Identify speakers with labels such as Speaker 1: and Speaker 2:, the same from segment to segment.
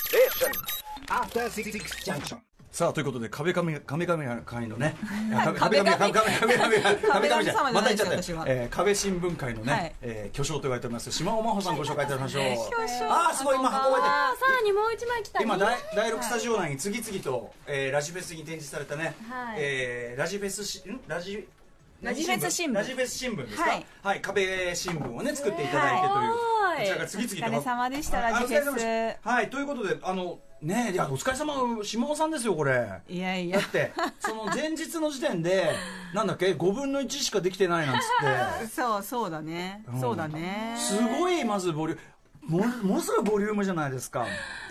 Speaker 1: Station.
Speaker 2: After Six Junction.
Speaker 3: さあということで壁神壁神会のね
Speaker 4: 壁神
Speaker 3: 壁神壁神壁神じゃ
Speaker 4: 壁神様
Speaker 3: ん
Speaker 4: じ
Speaker 3: ま
Speaker 4: ゃな
Speaker 3: た
Speaker 4: い
Speaker 3: 言っ
Speaker 4: です
Speaker 3: ちゃったよ
Speaker 4: 私は
Speaker 3: えー壁新聞会の
Speaker 4: は
Speaker 3: ね
Speaker 4: い
Speaker 3: えー巨匠と言われております島尾真帆さんご紹介いただきましょう
Speaker 5: 匠
Speaker 3: ああすごい今運ばれて
Speaker 5: あさらにもう一枚来た
Speaker 3: 今
Speaker 5: 二枚
Speaker 3: 第第6スタジオ内に次々と、えーラジフェスに展示されたね、
Speaker 5: はい
Speaker 3: えーラジフェスしんラジ
Speaker 4: ラジフェス新聞
Speaker 3: ラジフェス新聞ですかは
Speaker 4: はいい、
Speaker 3: 壁新聞をね作っていただいてという、
Speaker 5: はい
Speaker 3: こちらが次々と
Speaker 4: お疲れ様でした
Speaker 3: はい
Speaker 4: ラジフェス
Speaker 3: あお疲れ様でしたはいということであのねいやお疲れ様島尾さんですよこれ
Speaker 4: いやい
Speaker 3: だ
Speaker 4: や
Speaker 3: ってその前日の時点でなんだっけ5分の1しかできてないなんつって
Speaker 4: そうそうだね、
Speaker 3: ん
Speaker 4: そうだね
Speaker 3: すごいまずボリュもものすごいボリュームじゃないですか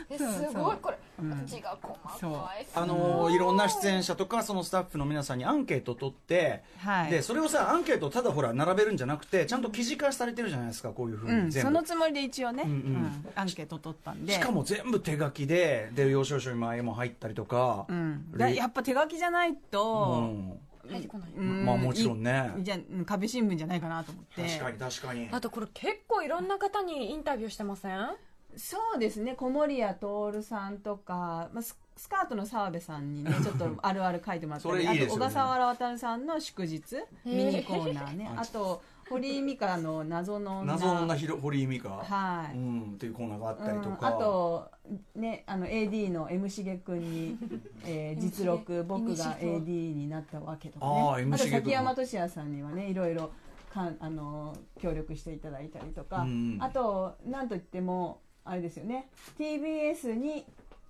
Speaker 6: え
Speaker 4: そう
Speaker 6: すごいこれ字が細
Speaker 4: そう
Speaker 6: かい
Speaker 3: あのーいろんな出演者とかそのスタッフの皆さんにアンケート取って、
Speaker 4: はい
Speaker 3: でそれをさアンケートをただほら並べるんじゃなくてちゃんと記事化されてるじゃないですかこういうふう
Speaker 4: う
Speaker 3: に
Speaker 4: ん、
Speaker 3: 全
Speaker 4: そ
Speaker 3: 部、
Speaker 4: のつもりで一応ね、
Speaker 3: うんうん
Speaker 4: うんアンケート取ったんで
Speaker 3: しかも全部手書きでで要所要所に前も入ったりとか、
Speaker 4: うん、だやっぱ手書きじゃないうと、
Speaker 3: ん
Speaker 6: 入ってこない
Speaker 4: うん
Speaker 3: まあもちろんね
Speaker 4: いじゃあうん壁新聞じゃないかなと思って
Speaker 3: 確かに確かに
Speaker 5: あとこれ結構いろんな方にインタビューしてません
Speaker 4: そうですね小森屋徹さんとか、まあ、ススカートの澤部さ んにねちょっとあるある書いてもらった
Speaker 3: それ
Speaker 4: り
Speaker 3: いいですよね
Speaker 4: あと小笠原渉さんの祝日ミニコーナーね、あと堀井美香の謎の女
Speaker 3: 謎の女ひろ堀井美香、
Speaker 4: はい、
Speaker 3: うん、っていうコーナーがあったりと
Speaker 4: うん
Speaker 3: か、
Speaker 4: あとねあの AD の M しげ君に、 えー実録僕が AD になったわけとかね
Speaker 3: あ
Speaker 4: あ
Speaker 3: ー M
Speaker 4: と
Speaker 3: しげ君
Speaker 4: 崎山俊也さんにはねいろいろかんあのー協力していただいたりとか、
Speaker 3: うん
Speaker 4: あとなんといってもあれですよね TBS に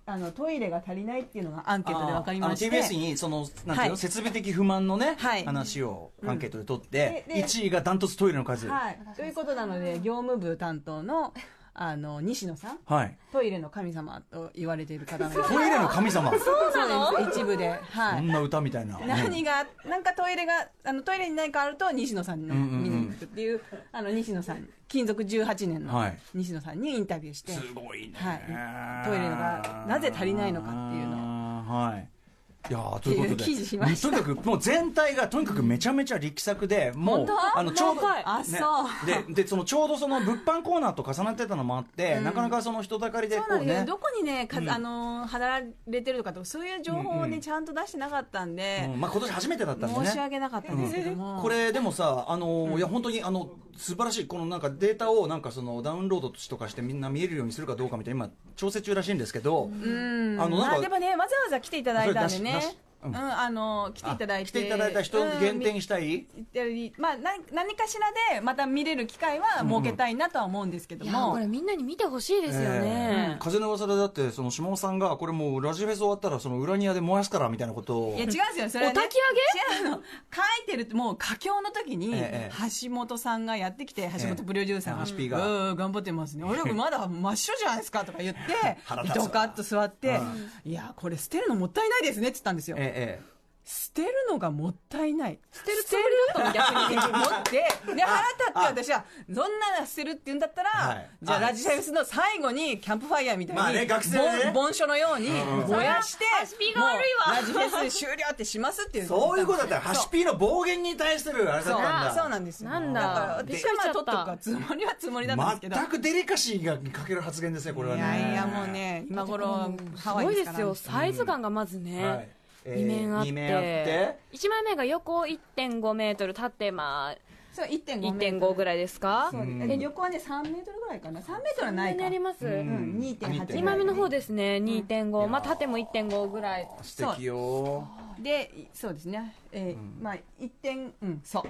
Speaker 4: あのトイレが足りないっていうのがアンケートで分かりまして
Speaker 3: あの TBS にそのなんていうの、
Speaker 4: はい
Speaker 3: 設備的不満のね、
Speaker 4: はい
Speaker 3: 話をアンケートで取って、
Speaker 4: うんでで
Speaker 3: 1位がダントツトイレの数
Speaker 4: はい、ということなので業務部担当のあの西野さん
Speaker 3: はい、
Speaker 4: トイレの神様と言われている方なんです
Speaker 3: トイレの神様
Speaker 4: そうなんです一部では
Speaker 3: こ
Speaker 4: い
Speaker 3: んな歌みたいな
Speaker 4: 何がなんかトイレがあのトイレに何かあると西野さんの
Speaker 3: うんうんうん
Speaker 4: 見に行くっていう,、あの西野さん勤続18年
Speaker 3: は
Speaker 4: の
Speaker 3: い
Speaker 4: 西野さんにインタビューして、
Speaker 3: すごいね、
Speaker 4: はいトイレがなぜ足りないのかっていうのを
Speaker 3: はいいやーということ
Speaker 4: って
Speaker 3: で
Speaker 4: いう記事しました
Speaker 3: とにかくもう全体がとにかくめちゃめちゃ力作でもうあのちょうど
Speaker 5: 細かい
Speaker 4: あそう
Speaker 3: ねででそのちょうどその物販コーナーと重なってたのもあって、なかなかその人だかりでこ
Speaker 4: そうな
Speaker 3: う
Speaker 4: んですよ
Speaker 3: ね
Speaker 4: どこにね、か
Speaker 3: うん
Speaker 4: あのー働れてるとかとかそういう情報を
Speaker 3: うん
Speaker 4: ね、
Speaker 3: うん
Speaker 4: ちゃんと出してなかったんで、
Speaker 3: うんまあ、今年初めてだったんでね
Speaker 4: 申し訳なかったんですけども、
Speaker 3: これでもさ、あのーいや本当にあの素晴らしいこのなんかデータをなんかそのダウンロードとかしてみんな見えるようにするかどうかみたいな今調整中らしいんですけど、
Speaker 4: うん
Speaker 3: あのなんか
Speaker 4: まあでもねわざわざ来ていただいたんで
Speaker 3: それ出
Speaker 4: ね
Speaker 3: し出しう
Speaker 4: うんん、あのー来ていただい
Speaker 3: あ
Speaker 4: て
Speaker 3: 来ていただいた人限定にしたい、
Speaker 4: 行ったりまあ、何何かしらでまた見れる機会は設けたいなとは思うんですけど
Speaker 5: いや
Speaker 4: も、
Speaker 5: これみんなに見てほしいですよ
Speaker 3: ええ
Speaker 5: ね、
Speaker 3: 風の噂でだってその島尾さんがこれもうラジフェス終わったらその裏庭で燃やすからみたいなことを
Speaker 4: いや違うんですよそれは、ね、
Speaker 5: お焚き
Speaker 4: 上げ違うの書いてるってもう佳境の時に
Speaker 3: ええ
Speaker 4: 橋本さんがやってきて橋本プロデューサーが
Speaker 3: ええ HP が
Speaker 4: うん頑張っ てますね俺まだ真っ白じゃないですか」とか言って
Speaker 3: 腹立つわ
Speaker 4: ドカッと座って「いやこれ捨てるのもったいないですね」って言ったんですよ、
Speaker 3: ええ
Speaker 4: 捨てるのがもったいない捨てる
Speaker 5: つもりだった
Speaker 4: 逆に思ってで腹立って私はそんなの捨てるって言うんだったら、
Speaker 3: はい
Speaker 4: じゃあ
Speaker 3: あ
Speaker 4: ラジシャフスの最後にキャンプファイヤーみたいに、
Speaker 3: まあね学生はね
Speaker 4: ぼん盆書のように燃やして、
Speaker 5: それは足火が悪いわ
Speaker 4: もうラジフェス終了ってしますっていう
Speaker 3: そういうことだったらハシ
Speaker 4: そう
Speaker 3: ピーの暴言に対するあれだっ
Speaker 4: そう
Speaker 3: たんだ
Speaker 4: そうなんですよ
Speaker 5: なんだ
Speaker 4: だから私はまあ
Speaker 5: びっくりしちゃ
Speaker 4: 取
Speaker 5: っ
Speaker 4: ったとくわつもりはつもりだったんですけど
Speaker 3: 全くデリカシーがかける発言ですねこれはいね
Speaker 4: やいやもうね今頃
Speaker 5: す
Speaker 4: ハワ
Speaker 5: ご
Speaker 4: イ
Speaker 5: い
Speaker 4: で
Speaker 5: で
Speaker 4: か
Speaker 5: す
Speaker 4: ら
Speaker 5: すよサイズ感がまず
Speaker 3: は
Speaker 5: ね
Speaker 3: い、ええ
Speaker 5: 2面あって
Speaker 3: 二面あって
Speaker 5: 1枚目が横1.5メートル縦まあ
Speaker 4: そう1.5メート
Speaker 5: 1.5
Speaker 4: ル
Speaker 5: ぐらいですか
Speaker 4: そうですえ横はね3メートルぐらいかな3メートルは
Speaker 5: こん
Speaker 4: な
Speaker 5: ないに
Speaker 4: か
Speaker 5: なります、
Speaker 3: う
Speaker 4: うん
Speaker 5: 2
Speaker 4: ん、2.8
Speaker 3: 二
Speaker 5: 枚目の方
Speaker 4: で
Speaker 5: ですね2.5、まあ縦も1.5ぐらい
Speaker 3: 素敵よ
Speaker 4: でいそうですね、えーまあ一点うん そ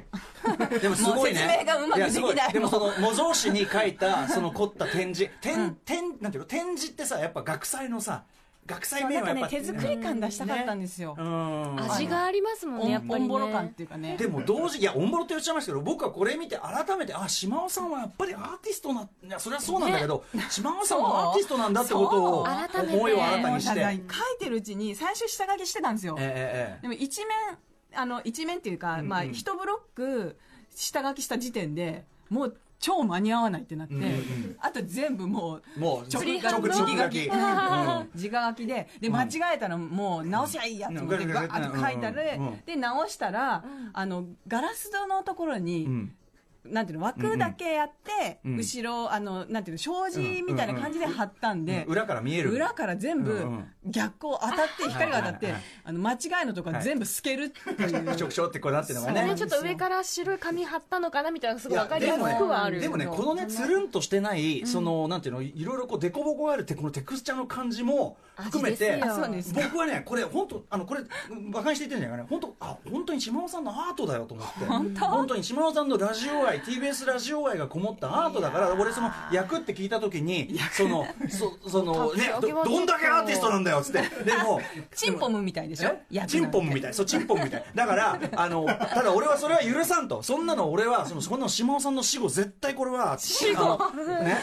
Speaker 4: う
Speaker 3: でもすごいね
Speaker 4: もう説明がうまく
Speaker 3: やすご
Speaker 4: できない
Speaker 3: でもその模造紙に書いたその凝った展示展展なんていうの展示ってさやっぱ学祭のさ学祭
Speaker 4: そう
Speaker 3: 名
Speaker 4: な
Speaker 3: は
Speaker 4: ん
Speaker 3: や
Speaker 4: か
Speaker 3: っ
Speaker 4: ね
Speaker 3: ぱ
Speaker 4: 手作り感出したかったんですよ、
Speaker 3: うん
Speaker 5: 味がありますもんねやっぱ
Speaker 4: オ
Speaker 5: り
Speaker 4: ンボロ感っ
Speaker 5: ね
Speaker 4: ていうかね
Speaker 3: でも同時いやおんぼろって言っちゃいましたけど僕はこれ見て改めてあ島尾さんはやっぱりアーティストないやそれはそうなんだけど、島尾さんはアーティストなんだってことを
Speaker 5: そう改めて
Speaker 3: 思いを新た
Speaker 4: もう
Speaker 3: にし
Speaker 4: さ
Speaker 3: て
Speaker 4: 書いてるうちに最初下書きしてたんですよ、
Speaker 3: ええええ
Speaker 4: でも一面あの一面っていうか、まあ一ブロック下書きした時点でもう超間に合わないってなって、
Speaker 3: うんうんうん
Speaker 4: あと全部もう
Speaker 3: もう
Speaker 4: 直
Speaker 3: 直
Speaker 4: 直
Speaker 3: 直
Speaker 4: 直書
Speaker 3: 書
Speaker 4: き、
Speaker 3: き、
Speaker 4: う
Speaker 3: うんん
Speaker 4: 直書きでで間違えたらもう直しゃいいやと思って
Speaker 3: うん
Speaker 4: ガーッと書いたら
Speaker 3: うんうん
Speaker 4: で直したらあのガラス戸のところ
Speaker 3: う
Speaker 4: に
Speaker 3: ん
Speaker 4: なんていうの枠だけやって、
Speaker 3: うんうん
Speaker 4: 後ろあのなんていうの障子みたいな感じで貼ったんで、
Speaker 3: 裏から見える
Speaker 4: 裏から全
Speaker 3: う
Speaker 4: 部
Speaker 3: んうん
Speaker 4: 逆光当たって光が当たって
Speaker 3: はいはいはい
Speaker 4: あの間違いのとこは全部透けるっていう、
Speaker 3: ちょくちょってこうなってるのが
Speaker 5: あれ
Speaker 3: ね
Speaker 5: ちょっと上から白い紙貼ったのかなみたいなのがす
Speaker 3: い
Speaker 5: ごい
Speaker 3: や
Speaker 5: 分かりや
Speaker 3: でも
Speaker 5: すくはあ
Speaker 3: ね
Speaker 5: る
Speaker 3: でもねこのねつるんとしてない、そのなんていうのいろいろこう凸凹があるってこのテクスチャーの感じも含めて
Speaker 5: 味ですよ
Speaker 4: あそうですか
Speaker 3: 僕はねこれ本当あのこれ馬鹿にして言ってんじゃないかね本当あ本当に島尾さんのアートだよと思って本当に島尾さんのラジオ愛 TBS ラジオ愛がこもったアートだから俺その役って聞いた時にそのそそ のね
Speaker 5: 書き
Speaker 3: ど
Speaker 5: 分け
Speaker 3: どんだけアーティストなんだよっつってでも
Speaker 4: チンポムみたいでしょ
Speaker 3: えチンポンみたいそうチンポンみたいだからあのただ俺はそれは許さんとそんなの俺はそのそんなの島尾さんの死後絶対これは死後 ね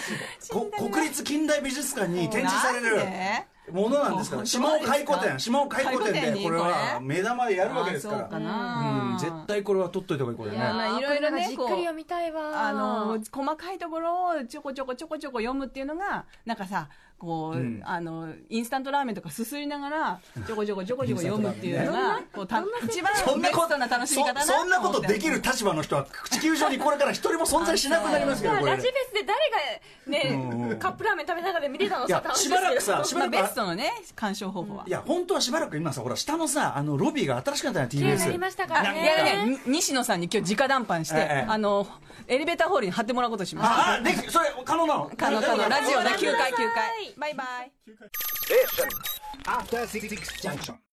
Speaker 3: こ国立近代美術館に展示される
Speaker 4: なんで
Speaker 3: ものなんですから島尾回顧展島尾回顧展
Speaker 4: 回顧展
Speaker 3: で
Speaker 4: に
Speaker 3: これは目玉でやるわけですか
Speaker 4: あそうからな、
Speaker 3: うん絶対これは取っといた方がいいこれ
Speaker 5: い
Speaker 3: ね
Speaker 5: やー
Speaker 4: まあ
Speaker 5: こう
Speaker 4: いろいろね
Speaker 5: うのがじっくり読みたいわ
Speaker 4: あの細かいところをちょこちょこちょこちょこ読むっていうのがなんかさこう、
Speaker 3: うん
Speaker 4: あのインスタントラーメンとかすすりながらちょこちょこちょこちょこ読むっていうのがこうた一番
Speaker 3: そんな
Speaker 4: ベ
Speaker 3: こ
Speaker 4: ス
Speaker 3: と
Speaker 4: トな楽しみ方だ
Speaker 3: そそんな
Speaker 4: 思
Speaker 3: こ
Speaker 4: っ
Speaker 3: と
Speaker 4: て
Speaker 3: できる立場の人は地球上にこれから一人も存在しなくなりますけど
Speaker 5: まあ
Speaker 3: これ
Speaker 5: ラジフェスで誰が
Speaker 3: うんう
Speaker 5: ね
Speaker 3: ん
Speaker 5: カップラーメン食べながら見てたの
Speaker 3: いや
Speaker 5: さ楽し
Speaker 3: し
Speaker 5: いで
Speaker 3: ば
Speaker 5: す
Speaker 3: らく
Speaker 5: けど
Speaker 3: さしば
Speaker 4: まあ
Speaker 3: らく
Speaker 4: ベストのね鑑賞方法は、
Speaker 3: いや本当はしばらく今さほら下のさあのロビーが新しくなったのよ
Speaker 5: 綺麗に
Speaker 3: TBS
Speaker 5: なりましたから
Speaker 4: あ
Speaker 5: ね
Speaker 4: いやね、に西野さんに今日直談判し
Speaker 3: え
Speaker 4: て、
Speaker 3: えええ
Speaker 4: あのエレベーターホールに貼ってもらうことしました
Speaker 3: ああできそれ可能なの
Speaker 4: 可能可能ラジオね9回9回
Speaker 5: ご覧ください
Speaker 4: バイバイ
Speaker 2: After Six Junction.